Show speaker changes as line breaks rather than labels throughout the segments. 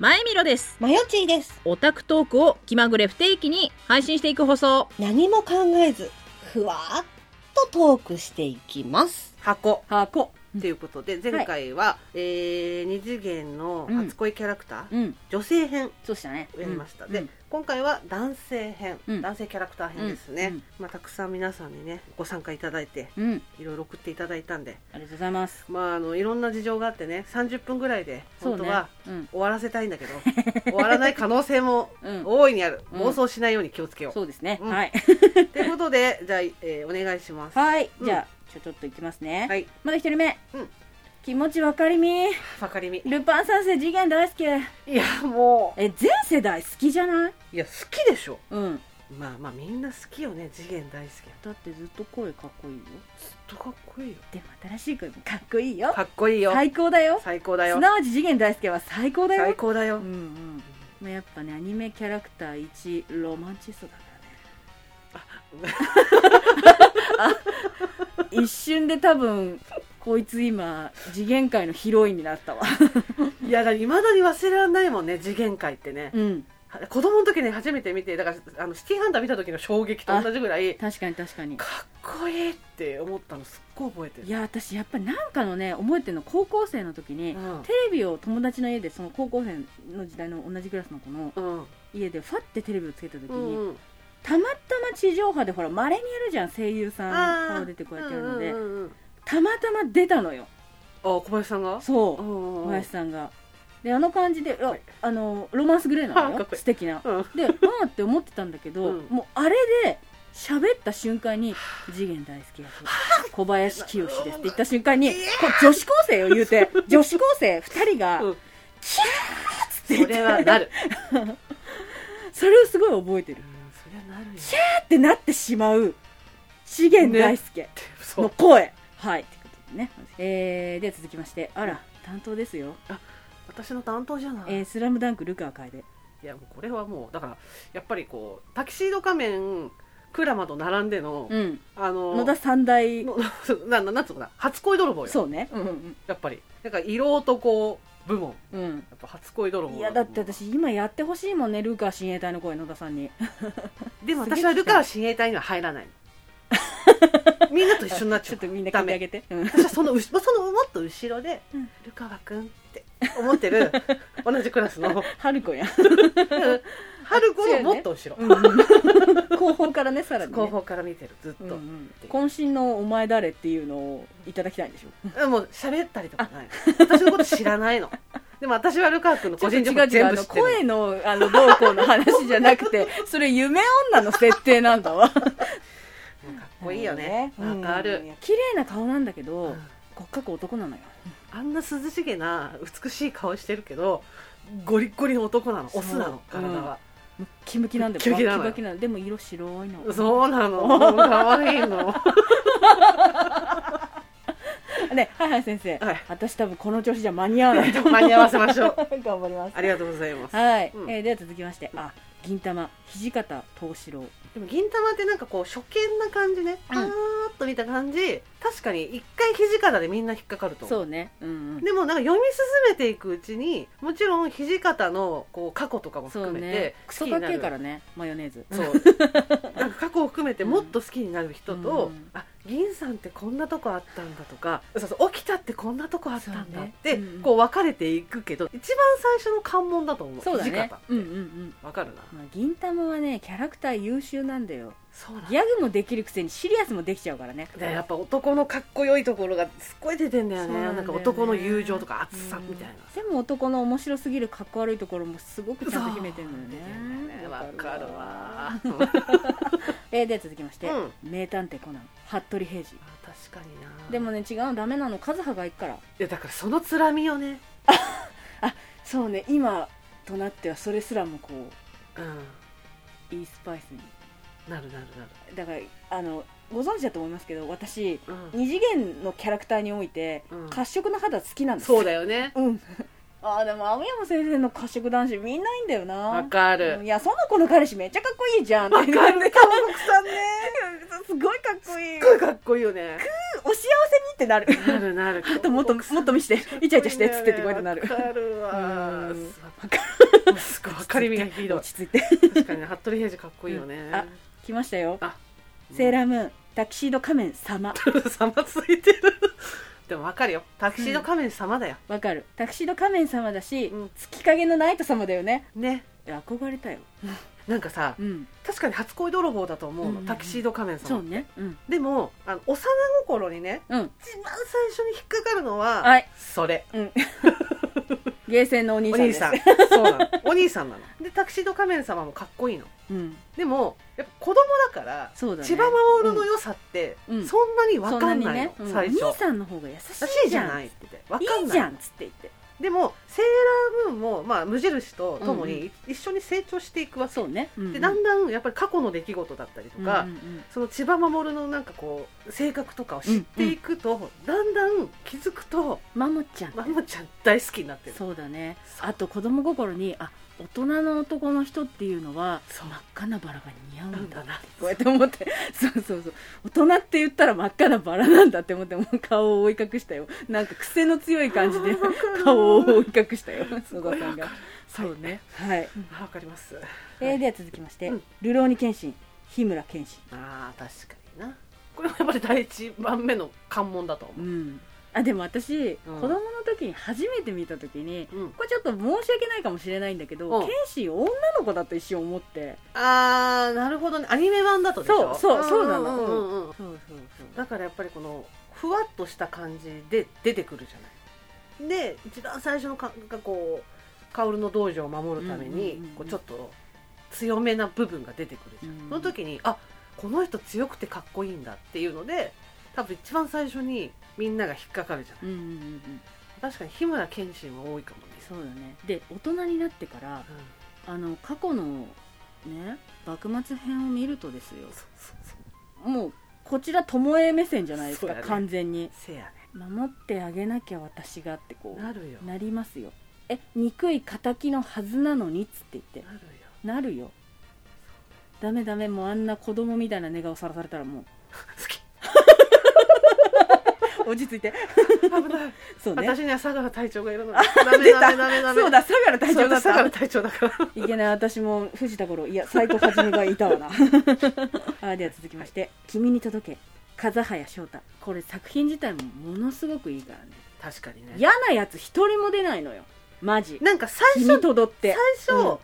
前みろです。
マヨチーです。
オタクトークを気まぐれ不定期に配信していく放送。
何も考えず、ふわーっとトークしていきます。
箱
箱。
ということで前回は、えー、二次元の初恋キャラクター、
うん。
女性編
そうしたね。
をやりました、
うん
で、今回は男性編、
うん
男性キャラクター編ですね、
うんうん
まあ、たくさん皆さんにねご参加いただいて
うん。うん
いろいろ送っていただいたんで
ありがとうございます。
まああのいろんな事情があってね30分ぐらいで
そう
本
ね
当は
うん。
終わらせたいんだけど、 終わらない可能性も
うん
大いにある、
うん
妄想しないように気をつけよう
そうですね。
うん
はい。
ということでじゃあ、えーお願いします
はい。
うん
じゃあ、ちょちょっといきますね。
はい
まだ一人目。
うん
気持ちわかりみ。
わかりみ
ルパン三世次元大好き。え、
いやも
全世代好きじゃないう
いや好きでしょ
うん。
まあまあみんな好きよね次元大好き
だってずっと声かっこいいよ。
ずっとかっこいいよ
でも新しい声もかっこいいよ。
かっこいいよ
最高だよ。
最高だ
す
よ
なわち次元大介は最高だよ
最。高だよ
うんうん、まあ、やっぱねアニメキャラクター1ロマンチストだ からね一瞬で多分こいつ今次元界のヒロインになったわ
いやだいまだに忘れられないもんね次元界ってね
うん
は子供の時に初めて見てだからあのシティーハンター見た時の衝撃と同じぐらいか
確かに確かに
っこいいって思ったのすっごい覚えてる
いや私やっぱりなんかのね覚えてるの高校生の時に、
うん
テレビを友達の家でその高校生の時代の同じクラスの子の
うん
家でファってテレビをつけた時に、
うん
たまたま地上波でほらまれにやるじゃん声優さん顔出てこうやってやるので、
うんうんうんうん
たまたま出たのよ
あ小林さんが
そう、
ん
小林さんがであの感じで、あ
はい
あのロマンスグレーな
あ
の
か
よ
っこいい
素敵な
うん
でうんって思ってたんだけど、
うん
もうあれで喋った瞬間に次元大好き役小林清志ですって言った瞬間にこう女子高生を言う て女子高生2人が、
うん
キャーっつって言
そ
って
れはなる
それをすごい覚えてる
うんそれはなるよ
ってなってしまう次元大輔
そ
の
う
声、はいってことでね、えー、では続きましてあら担当ですよ
私の担当じゃな
「
い
えー、スラムダンクルカ楓」
いやもうこれはもうだからやっぱりこうタキシード仮面クラマと並んでの、
うん
あの
野田三大
の なななんつうのかな初恋泥棒よ
そうねうん
やっぱりなんか色男部門
うん
やっぱ初恋泥棒
いやだって私今やってほしいもんねルカ親衛隊の声野田さんに
でも私はルカは親衛隊には入 らないのみんなと一緒になっち
ち
ゃ
ょっと
う
みんな聞いてあげてうん
私は その後ろそのもっと後ろで、
うん
ルカワくんって思っ てる同じクラスの
春子や
春子のもっと後ろ、
後方からねさらに、ね、
後方から見てるずっと、
うんうん渾身の「お前誰?」っていうのをいただきたいんでしょ
うんもう喋ったりとかないの私のこと知らないのでも私はルカワ君の個人情報
ちょ
全
っと違う違う
部
あの
知ってる
声のあのどうこうの話じゃなくてそれ夢女の設定なんだわかっ
かっこいいよねわ、かる、
綺麗な顔なんだけど、
うん
骨格男なのよ
あんな涼しげな美しい顔してるけどゴリッゴリの男なのオスなの
そう
体は、
ムッキムキなんで
ムッキムキなのよ
バッキバキなでも色白いの
そう なのもう可愛いの
ねはいはい先生、
はい
私多分この調子じゃ 間に合わない と
間に合わせましょう
頑張ります
ありがとうございます
はい、
うん
えーでは続きましてあ銀玉土方藤四郎
でも銀玉ってなんかこう初見な感じね
うん
パーっと見た感じ確かに一回土方でみんな引っかかると思う
そうねうんうん
でもなんか読み進めていくうちにもちろん土方のこう過去とかも
そ
含
う
め
ね
て
ク
好
ソ
き
かっ
にな
けえ
る
からねマヨネーズ
そう なんか過去を含めてもっと好きになる人と、
うん
あ銀さんってこんなとこあったんだとかそうそう起きたってこんなとこあった
そ
ん
う
だっ
ね
て、
うん
こう分かれていくけど一番最初の関門だと思う
そうだね
土方
うんうんうん
わかるな
まあ、銀玉はねキャラクター優秀なんだよ
そうなんだ
ギャグもできるくせにシリアスもできちゃうからね
でやっぱ男のかっこよいところがすっごい出てんだよね
そう
な
なん
ん
だよね
か男の友情とか熱さみたいな、
うんでも男の面白すぎるかっこ悪いところもすごくちゃんと秘めてるのよ
出てんだよ
ね
ねわかるわ
えーで続きまして、
うん
名探偵コナン服部平次
あ確かにな
でもね違うのダメなのカズハが行くから
いやだからそのつらみをね、
そうね今となってはそれすらもこ
うん、
ういいスパイスに
なるなるなる、
だからあのご存知だと思いますけど私
うん
二次元のキャラクターにおいて、
うん
褐色の肌好きなんです
そうだよね
うん。 あーでも青山先生の褐色男子みんないいんだよな。
わか
う
る
んいや、その子の彼氏めっちゃかっこいいじゃん。わか る。韓国さんね。 すごいかっこいい。
すっごいかっこいいよね
お幸せにってなる。
なるなる
あともっともっと見して、イチャイチャしてっつってってこうやってなる。
わかるわ
うん
わかるかりみがひどい
落ち着いて
確かにね服部平次かっこいいよね、
うんあ来ましたよ
あ
セーラームーンタキシード仮面様
ー 様ついてるでもわかるよタキシード仮面様だよ、
わかるタキシード仮面様だし、
うん
月影のナイト様だよね
ね
いや憧れたよ
なんかさ
うん
確かに初恋泥棒だと思うの、
うんうんうん
タキシード仮面
そ
様
うねうん
でもあの幼心にね
うん
一番最初に引っかかるのは、
はい
それ
うん。ゲーセンのお兄
お
さん
兄
です。
さん そうなのお兄さんなのでタキシード仮面様もかっこいいの
うん。
でもやっぱ子供だから
そうだね。
千葉
マ
真の良さって、
うん
そんなにわ
そ
かん
に
ないの
ね、、うん
最初
お兄さんの方が優し
らし
い
いじ
じ
ゃ
ゃ
ない
ん。
って言って
い
わかんない
いじゃんっつって言って。
でもセーラームーンも、まあ、無印ととも
うんう
に一緒に成長していくわけ、
そうね。
でだんだんやっぱり過去の出来事だったりとか、
うんうん
その千葉守のなんかこう性格とかを知っていくと、だんだん気づくと
マモちゃん。
マモちゃん大好きになってる
そうだね。
そう
あと子供心にあ大人の男の人っていうのは真っ赤なバラが似合う
なんん
だ
だ
な。
な
こうやって思って、 そうそうそう。大人って言ったら真っ赤なバラなんだって思って もう顔を覆い隠したよ。なんか癖の強い感じ で顔を覆い隠したよ。須田さんが。そうね。はい。
あわかります
えーでは続きまして、
うん
ルローニケンシン日村ケンシ
あー確かになこれもやっぱり第一番目の関門だと
ン、
思
うん、あでも私、
うん
子供の時に初めて見た時に
う、うん、
これちょっと申し訳ないかもしれないんだけど、
うん
ケンシン女の子だと一瞬思って
あーなるほどねアニメ版だとでしょ
そうそうそうなの
んうんうんう
そ
ん
うそう
だからやっぱりこのふわっとした感じで出てくるじゃないで一番最初のかがこう薫の道場を守るため
うんうん
に
うんうん
こうちょっと強めな部分が出てくるじゃん、
うん
その時にあこの人強くてかっこいいんだっていうので多分一番最初にみんなが引っかかるじゃない
うんうんうんうん
確かに日村謙信は多いかもね、
そうだねで大人になってから
うん
あの過去のね幕末編を見るとですよ
そうそうそう
もうこちら巴目線じゃないです
そう
か、
だね
完全に
せやね
守ってあげなきゃ私がってこう
なるよな
なりますよえ憎い敵のはずなのにっつって言って
るよ
なるよダメダメもうあんな子供みたいな寝顔さらされたらも
好き
う落ち着いて
危ない
そうね
私には佐賀の隊長がいるのダメ
出
ダ
た
メダメダメ
そうだ相良隊
そ
長
うだ
だっ
佐賀の
た
隊長だから
いけない私も藤田五郎いや斎藤はじめがいたわ なあでは続きまして「君に届け」風早翔太これ作品自体もものすごくいいからね
確かにね
嫌なやつ一人も出ないのよマジ
なんか最
君
初
届って
最初、
うん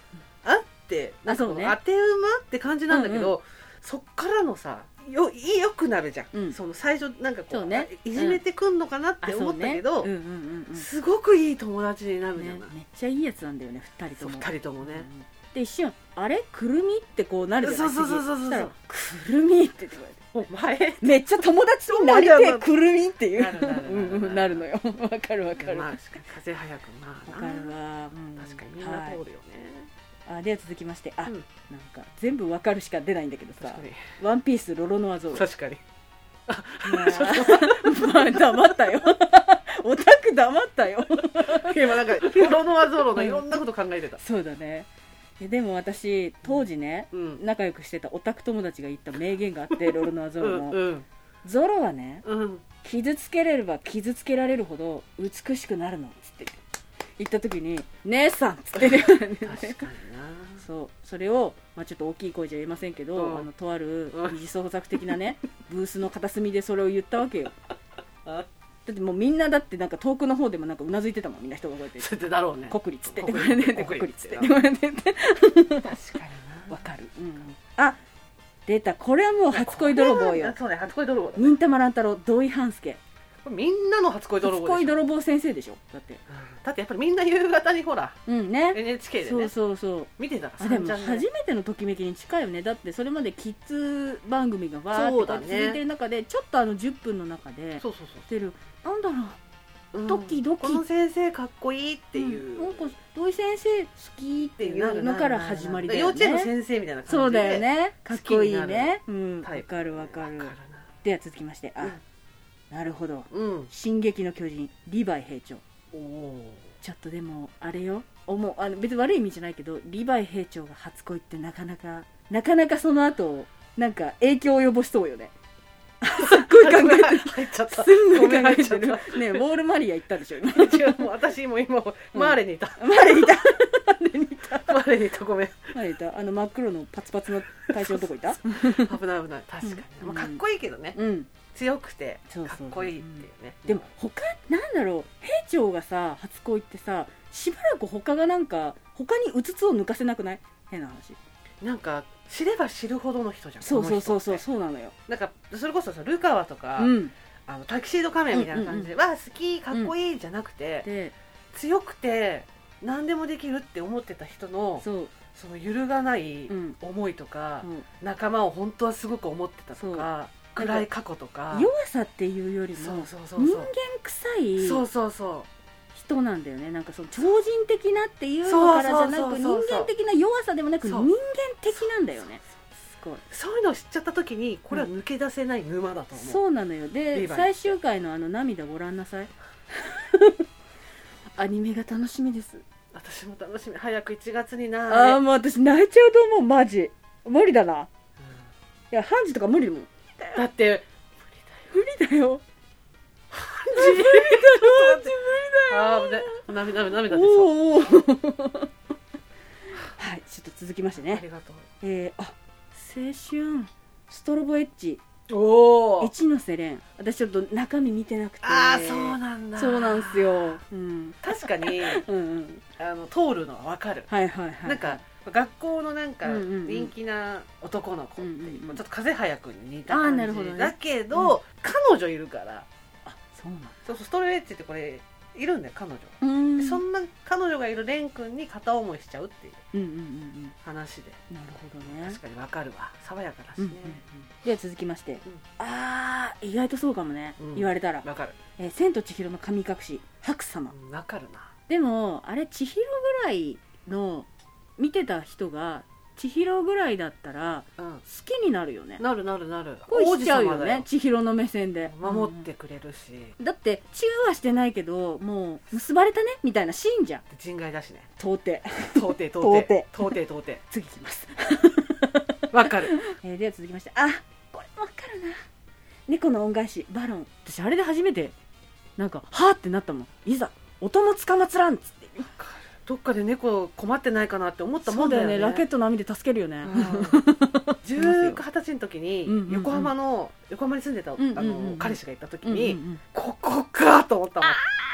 あってなんかこ
そう
の
ね
当て馬って感じなんだけど、そっからのさよいよくなるじゃん、
うん
その最初なんかこう
そうね
いじめてくんのかなっ
あ
て
そ
思
う
った
ね
けど、
うんうんうんうん
すごくいい友達になるじゃない
ね、、めっちゃいいやつなんだよね二人
そ
と
う
も
二人ともね、
うんで一瞬「あれくるみ?」ってこうなるじゃない
そうそうそうそ
次し
うそう
たら「くるみ?」って言ってくれて
お前
めっちゃ友達になり
そうな
て
の
くるみっていう
なるなるなる
うんうんなるのよわかるわかる
まあ
わ
確かに風早くまあ
かるわ、うん
確かにみんな通るよね、
はいあでは続きましてあ、
うん
なんか全部わかるしか出ないんだけどさ
確かに
「ワンピースロロノアゾウ」
確かに
まあ黙ったよ オタク黙ったよ
今なんかロロノアゾロのいろんなこと考えてた、
そうだねえでも私当時ね、
うん、
仲良くしてたオタク友達が言った名言があって「ロロノアゾ
う
ロ
ん
の」
うん
ゾロはね
うん
傷つけれれば傷つけられるほど美しくなるの」っつって言った時に「姉さん」っつってね
確かにな
そうそれを、まあ、ちょっと大きい声じゃ言えませんけど、
うん
あのとある
うん
二次創作的な ねブースの片隅でそれを言ったわけよ
あ
だってもうみんなだってなんか遠くの方でもなんかうなずいてたもんみんな人がこうやって
そうやってだろうね
「国立」って
こ
言
く
っ
り
て「
こく
国
り
立」
っ
ってて言われて
確か
わかる、うん、あ出たこれはもう初恋泥棒よ
そうね初恋泥棒だ
忍たま乱太郎土井半助
これみんなの初恋泥
初
棒でしょ
恋泥棒先生でしょだって
だってやっぱりみんな夕方にほら
うんね
NHK で
そう
ね
そうそう
見てたから
あでも
三チャンネル
初めてのときめきに近いよねだってそれまでキッズ番組がわー
そ
っ
う
て
だ
こ
ね
う続いてる中で、ちょっとあの10分の中で
そうそうそ
出るなんだろう
う、うん
ドキドキ
この先生かっこいいってい
うん
う、
なん
っ
か土井先生好きって
て
い
いうなる
う
な
の
る
から始まりだ
幼
よ
稚園の
ね
先生みたいな感じで
そうだよねかっこいい
好きにな
ねうんわ
タイプ
かるわかる
わ
では続きましてあ、
うん
なるほど
なうん
「進撃の巨人」リヴァイ兵長
おお
ちょっとでもあれよ思うあの別に悪い意味じゃないけどリヴァイ兵長が初恋ってなかなかなかなかその後なんか影響を及ぼしそうよねすっごい考えてる
入っちゃっ
す
た
っご
ご
い
めん
考え
入っち
て
ゃっ
るね
た
えウォールマリア行ったでしょ今
違うもう私も今マーレにいた、
マリーいたマリーいた
我にとごめん
何いたあの真っ黒のパツパツの体調のとこいた
危ない危ない確かに、
うん
まあ、かっこいいけどね、
うん
強くてか
そうそう
っこいいっていうね
でも他なんだろう兵長がさ初恋ってさしばらく他がなんか他にうつつを抜かせなくない変な話
なんか知れば知るほどの人じゃん
そうそうそう
こ
そ
の人
う
って
そうなのよ
なんかそれこそさルカワとか、
うん
あのタキシード仮面みたいな感じで、わあ好きかっこいいじゃなくて、
で
強くて何でもできるって思ってた人の
そう
その揺るがない
うん
思いとか、
うん
仲間を本当はすごく思ってたとか
そう
暗い過去とか
弱さっていうより
そう
も
そうそう
人
そう
間臭い
そうそうそ
人なんだよねなんかその超人的なっていうのからじゃな
そうそ
く
う
人
そうそう
間的な弱さでもなく人
そう
間的なんだよねすごいう
そういうのを知っちゃった時にこれは抜け出せない沼だと思う、
そうなのよで
リヴァイ
最終回のあの涙ご覧な さいアニメが楽しみです
私も楽しみ早く1月にな
ああーもう私泣いちゃうと思うマジ無理だないやハンジとか無理だもん
うんだって
無理だよ
あー危ない涙涙涙出そう
おーおー はいちょっと続きまして
あ
ね
りがと
えー、あ青春ストロボエッジ
うおお
一ノ瀬廉私ちょっと中身見てなくて
ああそうなんだ
そうなんすよ、うん、
確 かに
うんうん
あの通るのはわかる、
はいはいはい
なんか学校のなんか
うんうんうん
人気な男の子って、
うんうんうん
ちょっと風早くに似た
あー
感
なるほど
じ
ね
だけど
う
彼女いるから
あそうなんだ
そうそうストレッチってこれいるんだよ彼
う
女、
ーん
そんな彼女がいる蓮くんに片思いしちゃうっていう
うんうんうん
話で
うんなるほどね
確かにわかるわ爽やかだし
うん
ね
うんうん、では続きまして、
ん
あー意外とそうかもね、
うん
言われたら
わかる
「えー千と千尋の神隠し白様
うんわかるな」
でもあれ千尋ぐらいの見てた人が千尋ぐらいだったら
うん
好きになるよね
なるなるなる
恋しちゃう
王
よ
子様だ
ね千尋の目線で
守ってくれるし、
だってチューはしてないけどもう結ばれたねみたいなシーンじゃん
人外だしね
到底
到底到底到底到底
次いきます、
わかる
えーでは続きましてあこれも分かるな猫の恩返しバロン私あれで初めてなんかはーってなったもんいざ音もつかまつらんっつって
どっかで猫困ってないかなって思った
そ
も
うん
だ
だ
よ
よ
ね
ねラケットの網で助けるよね、
十九二十歳の時に
うんうんうん
横浜の横浜に住んでたあ
んうんうん
の彼氏がいた 時
うん、
にここかと思ったもん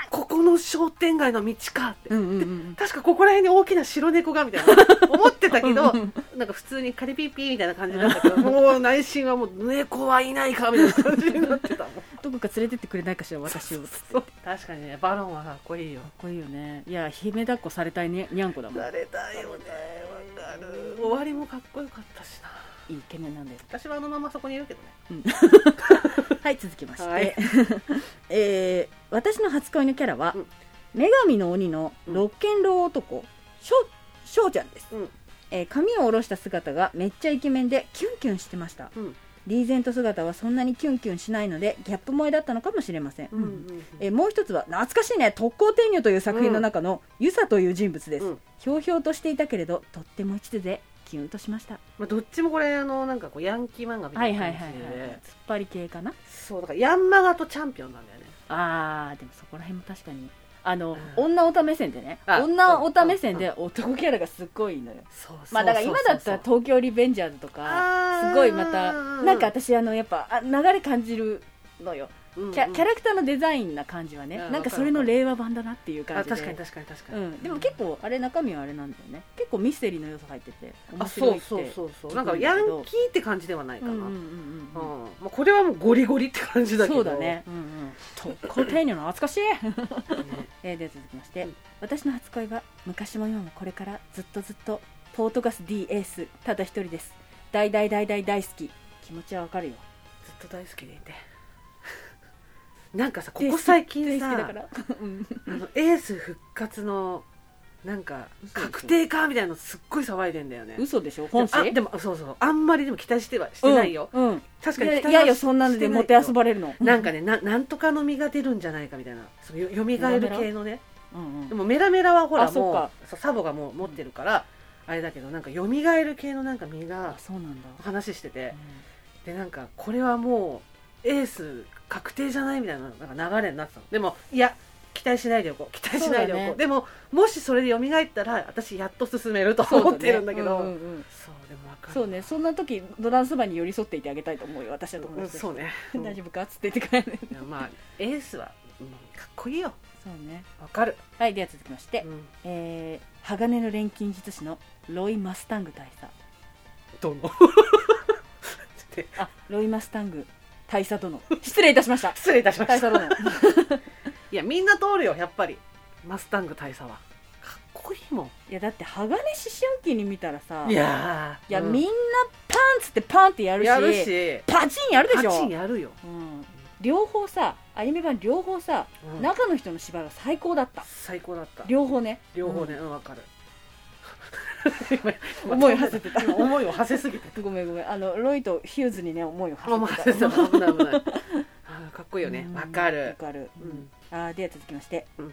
ここの商店街の道かって
うんうんうん
確かここら辺に大きな白猫がみ たいな思ってたけどなんか普通にカリピーピーみたいな感じだった けどもう内心はもう猫はいないかみたいな感じになってたもん
どこか連れてってくれないかしら私をつって
そう確かにねバロンはかっこいいよ
かっこいいよねいや姫抱っこされたいににゃんこだもん
慣れたよねわかる終わりもかっこよかったしない
いイケメンなんで
私はあのままそこにいるけどね
はい続きまして、
はい
えー私の初恋のキャラは、
うん
女神の鬼のロッケンロー男しょしょうちゃんです、
うん
えー髪を下ろした姿がめっちゃイケメンでキュンキュンしてました、
うん
リーゼント姿はそんなにキュンキュンしないのでギャップ萌えだったのかもしれません、えーもう一つは懐かしいね特攻天女という作品の中のユサという人物です、
うん
ひょうひょうとしていたけれどとっても一途でキュンとしました
まあ、どっちもこれあのなんかこうヤンキー漫画みたいな感じで、
突っ張り系かな
そうだからヤンマガとチャンピオンなんだよね
あーでもそこら辺も確かにあの、
うん
女オタ目線でね
あ
女オタ目線で男キャラがすっごいいいのよ
そうそう
まあだから今だったら
そう
東京リベンジャーズとか
あー
すごいまた
う
なんか私あのやっぱあ流れ感じるのよ
うんうん
キャキャラクターのデザインな感じはね
うん
なんかそれの令和版だなっていう感
あ
じで
確かに確かに確かに、
うん、でも結構あれ中身はあれなんだよね結構ミステリーの要素入ってて面
あ
白
そ
いうって
そうそうそうなんかヤンキーって感じではないか
う
な、
ん
う
うんんうんうんうん
まあ、これはもうゴリゴリって感じだけど
そうだね、うんうん、特攻天女の懐かしい
ね
えーでは続きまして、
うん
私の初恋は昔も今もこれからずっとずっとポートガス D エースただ一人です大大大大大好き気持ちはわかるよ
ずっと大好きでいて なんかさここ最近
大好き
さ
だから、 うん
あのエース復活のなんか
嘘でしょ
確定かみたいなのすっごい騒いでんだよね
嘘でしょ本
あ
心
でもそうそうあんまりでも期待してはしてないよ、
うん、うん
確
い
かに
や
期待はい
やよそんなのでもてあそ
ば
ばれるの
なんかねななんとかの実が出るんじゃないかみたいなそのよよみがえる系のね
うんうん
でもメラメラはほら
あそ
も
っ
う
か
そうサボがもう持ってるからあれだけどなんかよみがえる系のなんか実
あ
が
そうなんだ、
お話ししててでなんかこれはもうエース確定じゃないみたいななんか流れになってたのでもいや期待しないでおこう期待しないでおこ
そう
う
だね
でももしそれで蘇ったら私やっと進めると
そうだね
思ってるんだけどそう
うんうんうん
でもわかる
そうねそんな時ドランスバに寄り添っていてあげたいと思うよ私の友
うん
達
そ うね
大丈夫かっつって言ってからね
いやまあエースは、うんかっこいいよ
そうね
わかる、
はいでは続きまして、
うん、
えー鋼の錬金術師のロイ・マスタング大佐
ど のちょっと
あロイ・マスタング大佐殿失礼いたしました
失礼いたしま
大
し
佐
た
殿
いやみんな通るよやっぱりマスタング大佐はかっこいいも
いやだって鋼思春期に見たらさ
んいやー
いや
うん
みんなパンツってパンってやるし
やるし
パチンやるでしょ
パチンやるよ、
うん、両方さアニメ版両方さ、
うん
中の人の芝居が最高だった
最高だった
両方ね
両方ね、うん、わかる。 今
思いを馳せてた
今思いを馳せすぎて
うんごめんごめんあのロイとヒューズにね思いを
た。思いを
は
馳せ
せ
て
て
た。
た
危ない危ない。あーかっこいいよね
う。ん
わか
わ
る。
かる、
うん
あーでは続きまして、
うん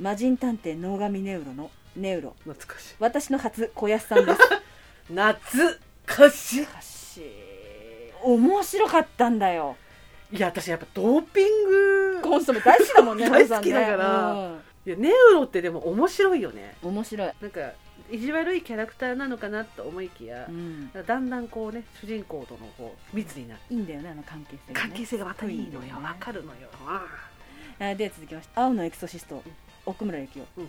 魔人探偵能神ネウロのネウロ
懐かしい。
私の初小安さんです
懐かしい。
かし面白かったんだよ
いや、私やっぱドーピング。
コンソメ大好きだもんね
大好きだから
ハルさんね
いや、ネウロってでも面白いよね。
うん面白い、
なんか、意地悪いキャラクターなのかなと思いきや
う、ん、
だんだんこうね、主人公とのこう、密になる。
いいんだよねあの関係性がね
関係性がまたいいの
いい
よ。
よね
わかるのよ。あ
あで続きまして青のエクソシスト奥村幸
う
男
ん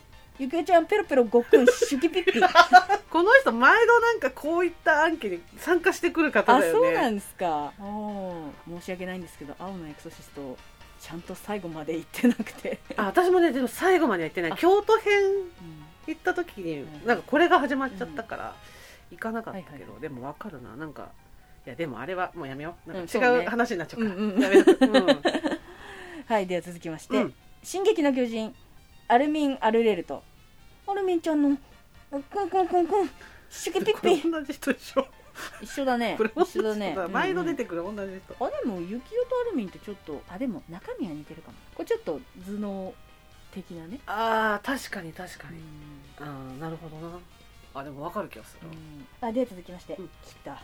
幸男ちゃんペロペロごっくんシュキピッピあ
ーこの人、毎度なんかこういった案件に参加してくる方だよね。
そうなんですかおー申し訳ないんですけど青のエクソシストちゃんと最後まで行ってなくて、
あ私もねでも最後までは行ってない
あ
京都編
うん
行った時に、
うん
なんかこれが始まっちゃったから、行かなかったけど、
はいはいは
でもわかるななんかいやでもあれはもうやめようなんか
うんそう
違
ね
う話になっちゃうから、
うんうん
やめよう、うん
はいでは続きまして「
うん
進撃の巨人」アルミン・アルレルトアルミンちゃんの「くんくんくんくんシュキピッ
こ
ピ
れ同じ人でしょ
一緒だね
これ同じ
一緒
人
だね
だ毎度出
て
てくる同じ人、
あでも幸代とアルミンってちょっとあでも中身は似てるかもこれちょっと頭脳的なね
ああ確かに確か
う
に、
ん
ああなるほどなあでもわかる気がする、
うんあで続きまして、
うん
来た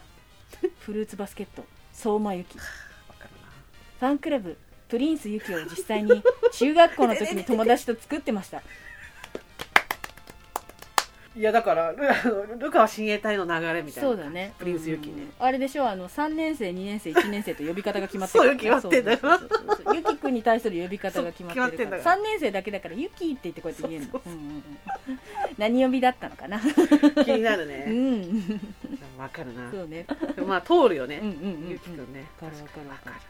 フルーツバスケット相馬由紀フ
わかるな
ァンクラブプリンス由紀を実際 に中学校の時に友達と作ってました
いやだからル あのルカは親衛隊の流れみたいな
そうだね
プリンスユキね
うんあれでしょあの3年生2年生1年生と呼び方が決まってから
そう決まってんだよ
そうそうそうそうユキ君に対する呼び方が決まってるから
そう決まってんだから
3年生だけだからユキって言ってこうやって言えるの
そうそう
うんうんうん何呼びだったのかな
気になる
う
ね
ん
わかるな
そうね
でもまあ通るよね、
うんうんうん、うん、
ゆきくんね。
わかるわかるわかる
わか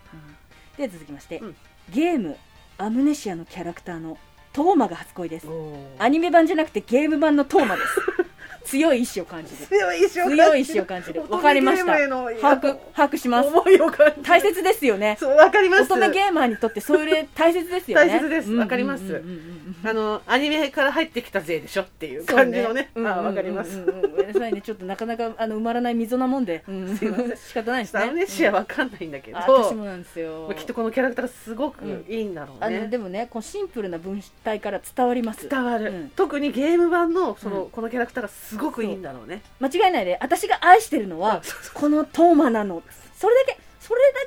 では続きまして、
うん
ゲーム「アムネシア」のキャラクターのトーマが初恋です
るおー
アニメ版じゃなくてゲーム版のトーマです 強い意志を感じる
強い意志を感じる。
強い意志を感じるわかりました
乙女ゲームへの
把握把握します
思いを感じる。
大切ですよね
そうわかりま
大
す。
人ゲーマーにとってそ れ大切ですよね
大切ですわかります
うんうんうんうん
あのアニメから入ってきたぜでしょっていう
そう
感じのね。あ
うんうんうんうん
わかります。
うんうんごめんなさいねちょっとなかなかあの埋まらない溝なもんで、うん、
すいません
仕方ないですね
アムネシアわかんないんだけ
うん
ど、
あ私もなんですよ
まあきっとこのキャラクターがすごくいいんだろう
あの
ね。
でもねこうシンプルな文体から伝わります
伝わる、
うん
特にゲーム版のその、
うん
このキャラクターがすごくいいんだろうね。
間違いないで私が愛してるのは
そうそう
このトーマなのそれだけそれだ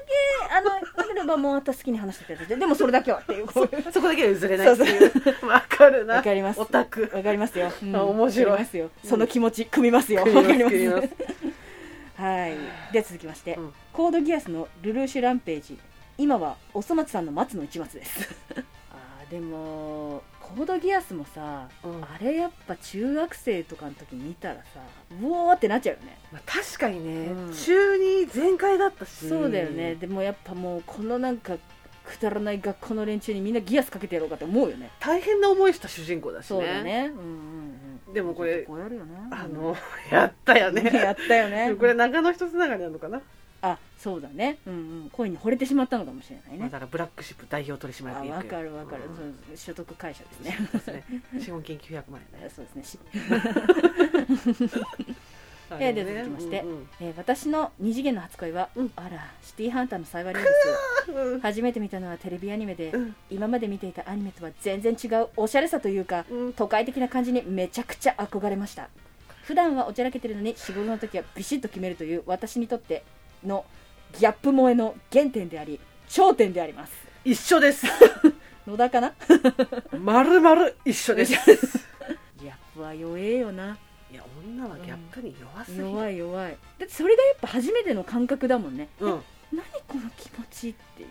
けあのいればもう私好きに話してくれてでもそれだけはっていうこう
そこだけは譲れないっていう。 わかるな。
わかります
オタク。
わかりますよ、うん
あ面白い
わかりますよその気持ち組みますよわ
組みま
か
す
りま
組みます
はいでは続きまして、
うん
コードギアスのルルーシュランページ今はおそ松さんの松の一松ですあーでもコードギアスもさ
うん
あれやっぱ中学生とかの時見たらさうおーってなっちゃうよね
まあ、確かにね、
うん
中二全開だったし
そうだよね、でもやっぱもうこのなんかくだらない学校の連中にみんなギアスかけてやろうかって思うよね
大変な思いした主人公だしね
そうだねうんうんうん
でもこれ
こうやるよね
あのやったよ
ねや
ね
ったよ ね
これ長野一つながりなのかな、
あそうだねうんうん恋に惚れてしまったのかもしれない
まあ、
ね
だからブラックシップ代表取締
あ
役
わかるわかる
う、ん
そう所得会社ですね
そうですね資本金900万円ね
そうですねし、
あ
で
れも
続
ね
きまして
うんうん
えー私の二次元の初恋は、
うん
あらシティーハンターの幸いです
うん
初めて見たのはテレビアニメで、
うん
今まで見ていたアニメとは全然違うおしゃれさというか、
うん
都会的な感じにめちゃくちゃ憧れました普段はおちゃらけてるのに仕事の時はビシッと決めるという私にとってのギャップ萌えの原点であり頂点であります
一緒です
野田かな
まるまる一緒です
ギャップは弱えよない
や女はギャップに弱すぎる、うん
弱い弱いだってそれがやっぱ初めての感覚だもんね何この気持ちっていう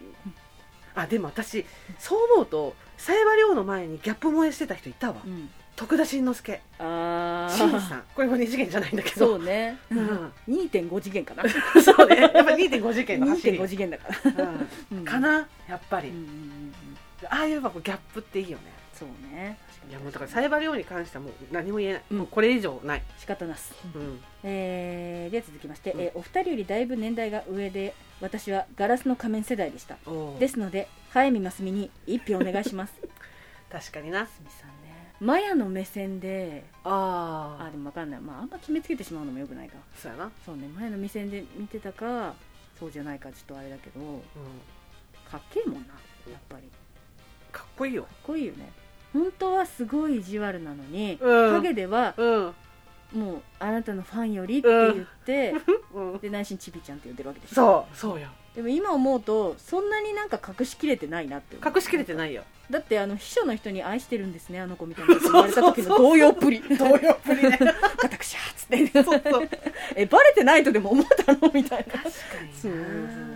あでも私そう思うと冴羽りょうの前にギャップ萌えしてた人いたわ、
うん
徳田新之助
あ
新
あ
さんこれも二次元じゃないんだけど
そうね、
うん
2.5次元かな
そうねやっぱ2.5次元の走り
2.5、次元だから、
うんかなやっぱり、
うんうんうんうん
ああいうやっぱギャップっていいよね
そうね
いやもうだから冴羽りょうに関してはもう何も言えない、
うん
もうこれ以上ない、
仕方なす、
うん、
えーでは続きまして、
うん
えーお二人よりだいぶ年代が上で私はガラスの仮面世代でした
おー
ですので早見真澄に一票お願いし ます
確かにな
真澄さんねマヤの目線で
あ
あでも分かんない、まあ、あんま決めつけてしまうのもよくないか
そうやな、
そうねマヤの目線で見てたかそうじゃないかちょっとあれだけどかっけえもんなやっぱりか
かっこいいよ
っこいいよね本当はすごい意地悪なのに、
うん
影では
うん
もうあなたのファンよりって言って、
うん
で内心ちびちゃんって呼んでるわけでしょ
そうそうよ
でも今思うとそんなになんか隠しきれてないなって思う
隠しきれてないよ
だってあの秘書の人に愛してるんですねあの子みたいなこと言われた時の動揺っぷり
同様っぷり ね
ガタクシャーっつって
そうそう
えバレてないとでも思ったのみたいな
確かにな
そうそうそう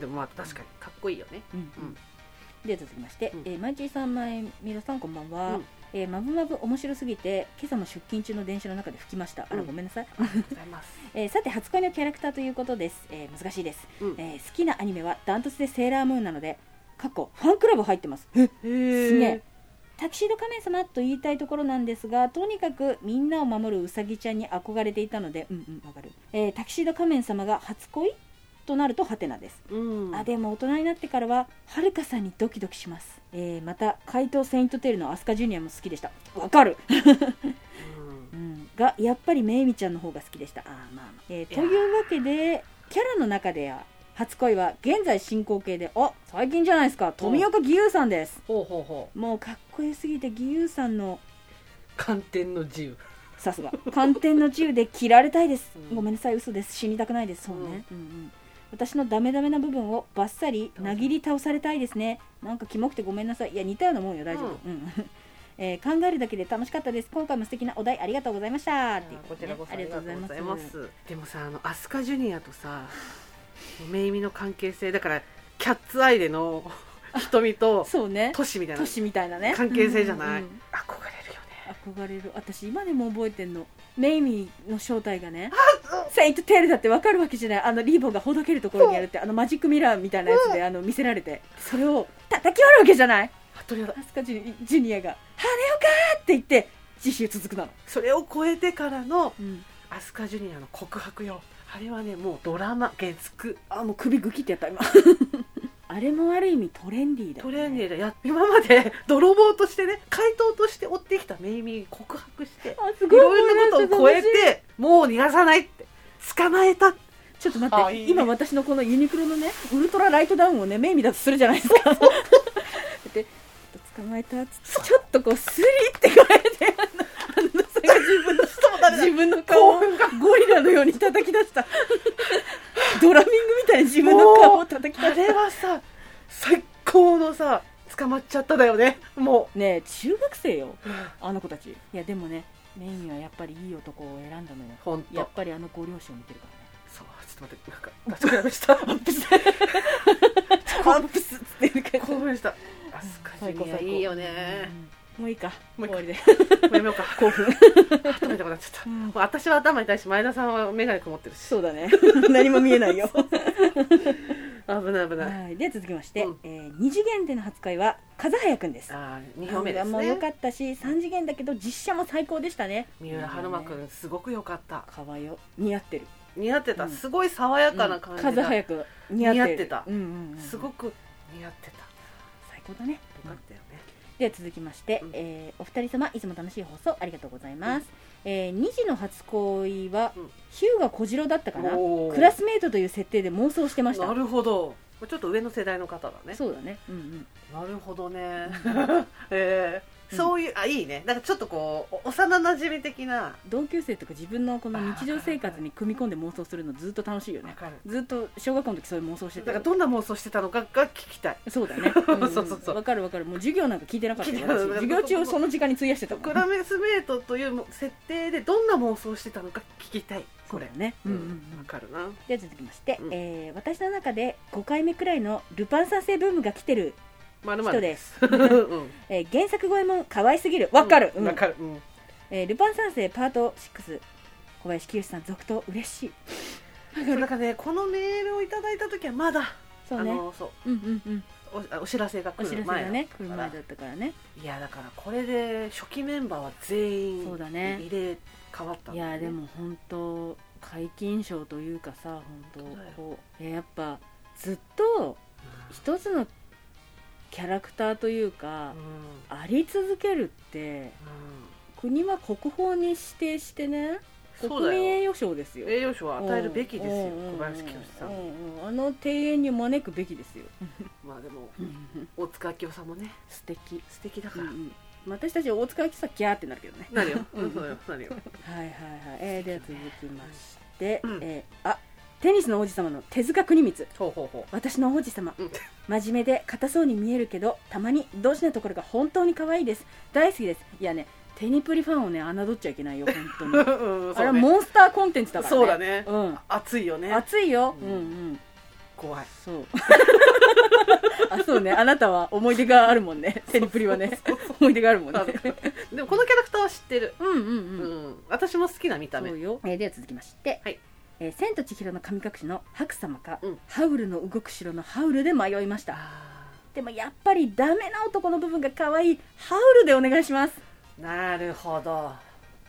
でもまあ確かにかっこいいよね
うんうんでは続きまして、
うん
えー、まいちいさんまえみろさんこんばんは、
うん
えーまぶまぶ面白すぎて今朝も出勤中の電車の中で吹きましたあら、
うん
ごめんなさい、
ありがとうございます
えーさて初恋のキャラクターということです、えー難しいです、
うん
えー好きなアニメはダントツでセーラームーンなので過去ファンクラブ入ってますえ
へ
すげえタキシード仮面様と言いたいところなんですがとにかくみんなを守るウサギちゃんに憧れていたのでうんうんわかる、えータキシード仮面様が初恋となるとハテナです、
うん
あでも大人になってからははるかさんにドキドキします、えーまた怪盗セイントテールのアスカジュニアも好きでしたわかる、
うん
うん、がやっぱりめいみちゃんの方が好きでしたあーまあまあ、えー
い
と
やー
いうわけでキャラの中では初恋は現在進行形であ最近じゃないですか富岡義勇さんです
ほうほうほ
もうかっこよすぎて義勇さんの
う寒天の自由
さすが寒天の銃で切られたいです、
うん
ごめんなさい嘘です死にたくないですそうね、うんうん私のダメダメな部分をバッサリなぎり倒されたいですねなんかキモくてごめんなさいいや似たようなもんよ大丈夫、うんえー考えるだけで楽しかったです今回も素敵なお題ありがとうございましたっていうと
こち
で
ら
ね
こそありがとうござい
ありがとうございま
ますすでもさあのアスカジュニアとさめいみの関係性だからキャッツアイでの瞳と
そうね
トシみたいな
都市みたいなね
関係性じゃない、
うんうん
憧れるよね
うん憧れる私今でも覚えてんのメイミーの正体がねセイント・テールだって分かるわけじゃないあのリボンがほどけるところにあるってあのマジックミラーみたいなやつであの見せられてそれを叩き割るわけじゃない
服部屋だ
アスカジュニジュニアが「羽根よか!」って言って自習続くなの、
それを超えてからの
うん、
アスカジュニアの告白よあれはねもうドラマ月9
あもう首グキってや った今あれもある意味トレンディーだよ
ト
ね、
レーニーでや今まで 泥棒としてね怪盗として追ってきためいみ告白して
あす
い
ごい
ろんなことを超え
羨ましい
てもう逃がさないって捕まえた
ちょっと待
あ
っ
いい
て
ね
今私のこのユニクロのねウルトラライトダウンをねメイミだとするじゃないですかで捕まえたっつってちょっとこうスリってこうやってあのあのそれが自分の自分の顔を
興奮が
ゴリラのように叩き出したドラミングみたいに自分の顔を叩き出
あ
し
れはさ最高のさ捕まっちゃっただよねも
たねえ中学生よ
う
あの子たちいやでもねメイミはやっぱりいい男を選んだのよ
本当
やっぱりあのご両親を見てるからね
そうちょっと待ってなんか脱力した
アップスっつってるから
興奮したアスカジュニアいいよね
もういいか
も
も
う
う
いい
い
か
いで
もうやめようか
興奮
頭痛くなっち ゃった
うん
もう私は頭痛いし前田さんは眼鏡曇ってるし
そうだ ね何も見えないよ
危ない危ない
はいでは続きまして、
うん
えー、2次元での初恋は風早くんです
あー二本目です
もう良
ね
かったし3次元だけど実写も最高でしたね
三浦春馬くんすごく良かった
かわよ似合ってる
似合ってた
うん
すごい爽やかな感じ
風
が
早く似合ってる
似合ってた
うんうんうん、
すごく似合ってた
最高だね
良かったよね
では続きまして、
うん
えーお二人様いつも楽しい放送ありがとうございます、えー、2時の初恋は、
うん
ヒューが小次郎だったかな
おー
クラスメイトという設定で妄想してました
なるほどちょっと上の世代の方だね
そうだねうんうん
なるほどね えそういうあいいねなんかちょっとこうお幼なじみ的な
同級生とか自分のこの日常生活に組み込んで妄想するのずっと楽しいよね
かる
ずっと小学校の時そういう妄想して
な
た
ん
よ
かどんな妄想してたのかが聞きたい
そうだね
そうそうそう
わかるわかるもう授業なんか聞いてなかったよ
聞いてなかった
私授業中をその時間に費やしてたもん
クラメスメートというも設定でどんな妄想してたのか聞きたい
そ
こ
うだ
れ
よねうんうんうん
わかるな
では続きまして、
うん
えー私の中で5回目くらいのルパン三世ブームが来てる、
まる
人
で
です
うん
えー原作声も可愛すぎるわかる、
うん
う
わ
ん
かるうん
えールパン三世パート6小林清志さん続投嬉しい
そうなんかねこのメールをいただいた時はまだあ
そうね
のそう
うんうんうん
おあお知らせが
お
来
知ら
る
せが
前だ
ね
った
来る
か
前
ら
だったからね
いやだからこれで初期メンバーは全員
そうだね
入れ変わったん
い
だよね
やでも本当皆勤賞というかさ本
本当だよ
当こうえーやっぱずっと一つのキャラクターという
う
か
ん、うん
あり続けるって国は国宝に指定してね
そ
国
うだ
民
よ
栄誉賞ですよ
栄養賞を与えるべきですよ
うんうんうん
小林清志さん
ううんあの庭園に招くべきですよ
まあでも大塚明夫さんもね
素敵
素敵だか
う
ら、
んうん私たち大塚明さギャーってなるけどね
なるよ、
うん
そうよなるよ
はいはいはい、えー、では続きまして、
うん
えーあテニスの王子様の手塚国光
ほうほうほう
私の王子様
うん
真面目で硬そうに見えるけどたまにドジなところが本当に可愛いです大好きですいやねテニプリファンをね侮っちゃいけないよ 本当に
うん
あれは
うね
モンスターコンテンツだからね
そうだね
うん
熱いよね
熱いよ、う、
うんん
うん
怖い
そう あそうねあなたは思い出があるもんねテニプリはね思い出があるもんね
あるでもこのキャラクターは知ってる、
うんうんう
うん
ん、
私も好きな見た目
そうよ、えーでは続きまして「
はい
えー千と千尋の神隠し」の「白様か」
うん
ハウルの動く城」の「ハウル」で迷いました
あ
でもやっぱりダメな男の部分が可愛いハウル」でお願いします
ーなるほど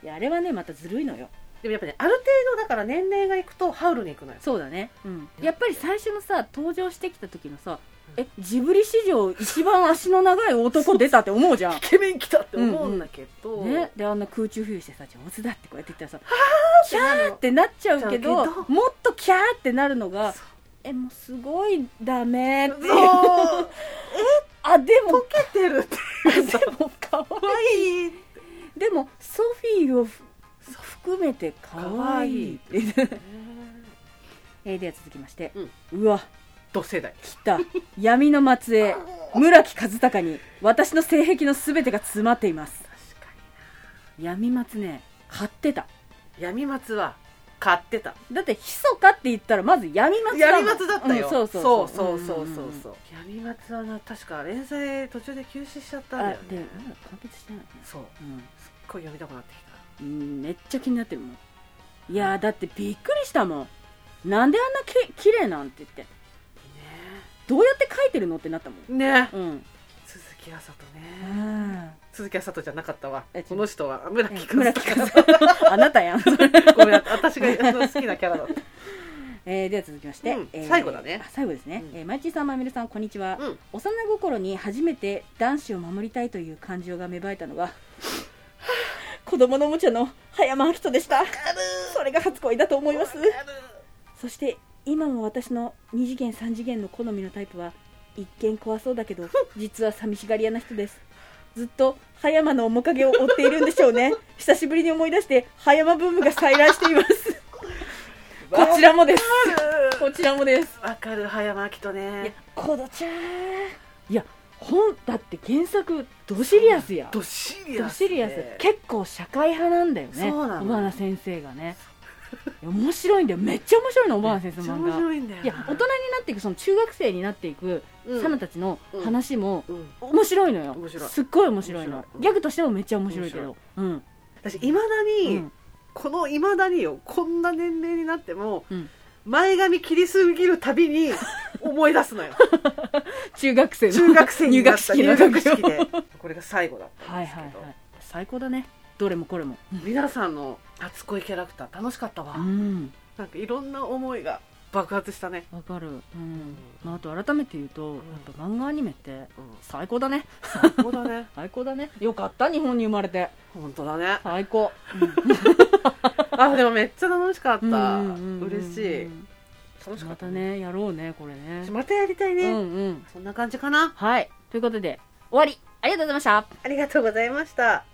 いやあれはねまたずるいのよ
でもやっぱねある程度だから年齢がいくとハウルに行くのよ
そうだね、うん、
うん
やっぱり最初のさ登場してきた時のさ
うん
えジブリ史上一番足の長い男出たって思うじゃん
イケメン来たって思うんだけど、
ね、であんな空中浮遊してさ上手だってこうやって言ったらさ
キャー
ってなっちゃうけど
だけど
もっとキャーってなるのが
そう
えもうすごいダメっていう
そう
あでも
溶けてるっていうさ
でも可
可
愛
愛い
いでもソフィーをふ含めて可愛い
可愛
えーでは続きまして、
うん
うわ
同世代
来た闇の末裔村木和孝に私の性癖のすべてが詰まっています
確か
闇末ね買ってた
に闇松は買ってた
だってひそかって言ったらまず闇松だも
闇
ん
松だったよ、
うんそうそう
そうそうそうそうん
んん
そう闇松はな確か連載途中で休止しちゃったんだ
あ
よ
で
ね
まだ完結してないね
そうこれ読みたくなって
う
き
んめっちゃ気になってるもんいやーだってびっくりしたもんなんであんなき綺麗なんて言ってどうやって書いてるのってなったもん
たねね
うん
鈴木あさと
う
ね
ん
鈴木あさとじゃなかったわ
え違う
この人は村木
村
村
木
木
風
か
あな たや ん、
ごめん私があの好きなキャラだった
えー、では続きまして、
うん
えー
最後だね
あ最後ですね、
うん
えーマイチーさんまゆみるさんこんにちは、
うん
幼心に初めて男子を守りたいという感情が芽生えたのは 子供のおもちゃの葉山明人でしたそれが初恋だと思いますそして今も私の2次元3次元の好みのタイプは一見怖そうだけど実は寂しがり屋な人ですずっと葉山の面影を追っているんでしょう ね久しぶりに思い出して葉山ブームが再来しています こちらもですこちらもです
わかる葉山明人
いや
ね
コードちゃんいや本だって原作ドシリアスや
どっしり
ド
や
シリアス結構社会派なんだよね
そうなの
小花先生がねいや面白いんだよめっちゃ面白いの小花先生の漫
面
画
白いんだよ
いや大人になっていくその中学生になっていく
うん
サナたちの話も
うん
面白いのよ、
面白い
すっごい面白いの
面白い
ギャグとしてもめっちゃ面白いけどうん
私いまだ
う
に、
ん
このいまだによこんな年齢になっても、
うん
前髪切りすぎるたび に思い出すのよ
中学生の
中学生に
入
な
学
った
式
入
の
学
時の
式でこれが最後だったん
はい
ですけ
はい
ど、
はい最高だねどれもこれも
皆さんの初恋キャラクター楽しかったわ、
うん
なんかいろんな思いが爆発したね、
わかるうん、まあ、あと改めて言うと、やっぱ漫画アニメって
うん、
最高だね
最高だね
最高だねよかった日本に生まれて
本当だね
最高、
あでもめっちゃ楽しかった、
うんうんうんうん
嬉しい楽しか
ま
った
ねやろうねこれね
またやりた
う
い
ん
ね、
うん
そんな感じかな
はいということで終わりありがとうございました
ありがとうございました